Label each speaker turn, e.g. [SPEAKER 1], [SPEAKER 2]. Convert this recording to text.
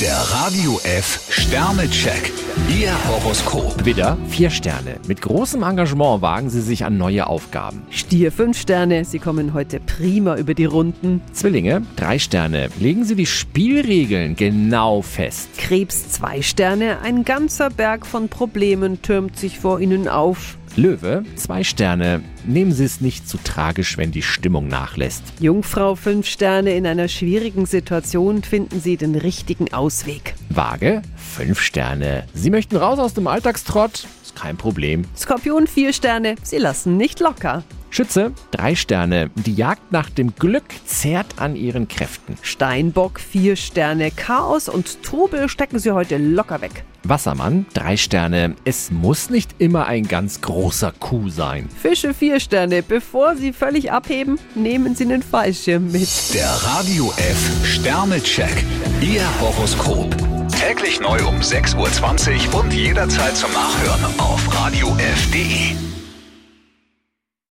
[SPEAKER 1] Der Radio F Sternecheck. Ihr Horoskop.
[SPEAKER 2] Widder, vier Sterne. Mit großem Engagement wagen Sie sich an neue Aufgaben.
[SPEAKER 3] Stier 5 Sterne, Sie kommen heute prima über die Runden.
[SPEAKER 2] Zwillinge, drei Sterne. Legen Sie die Spielregeln genau fest.
[SPEAKER 3] Krebs 2 Sterne, ein ganzer Berg von Problemen türmt sich vor Ihnen auf.
[SPEAKER 2] Löwe, zwei Sterne. Nehmen Sie es nicht zu tragisch, wenn die Stimmung nachlässt.
[SPEAKER 3] Jungfrau 5 Sterne, in einer schwierigen Situation finden Sie den richtigen Ausweg.
[SPEAKER 2] Waage, fünf Sterne. Sie möchten raus aus dem Alltagstrott? Ist kein Problem.
[SPEAKER 3] Skorpion 4 Sterne, Sie lassen nicht locker.
[SPEAKER 2] Schütze, drei Sterne. Die Jagd nach dem Glück zehrt an Ihren Kräften.
[SPEAKER 3] Steinbock 4 Sterne, Chaos und Trubel stecken Sie heute locker weg.
[SPEAKER 2] Wassermann, drei Sterne. Es muss nicht immer ein ganz großer Kuh sein.
[SPEAKER 3] Fische 4 Sterne, bevor Sie völlig abheben, nehmen Sie den Fallschirm mit.
[SPEAKER 1] Der Radio F Sternecheck. Ihr Horoskop. Täglich neu um 6.20 Uhr und jederzeit zum Nachhören auf Radio radiof.de.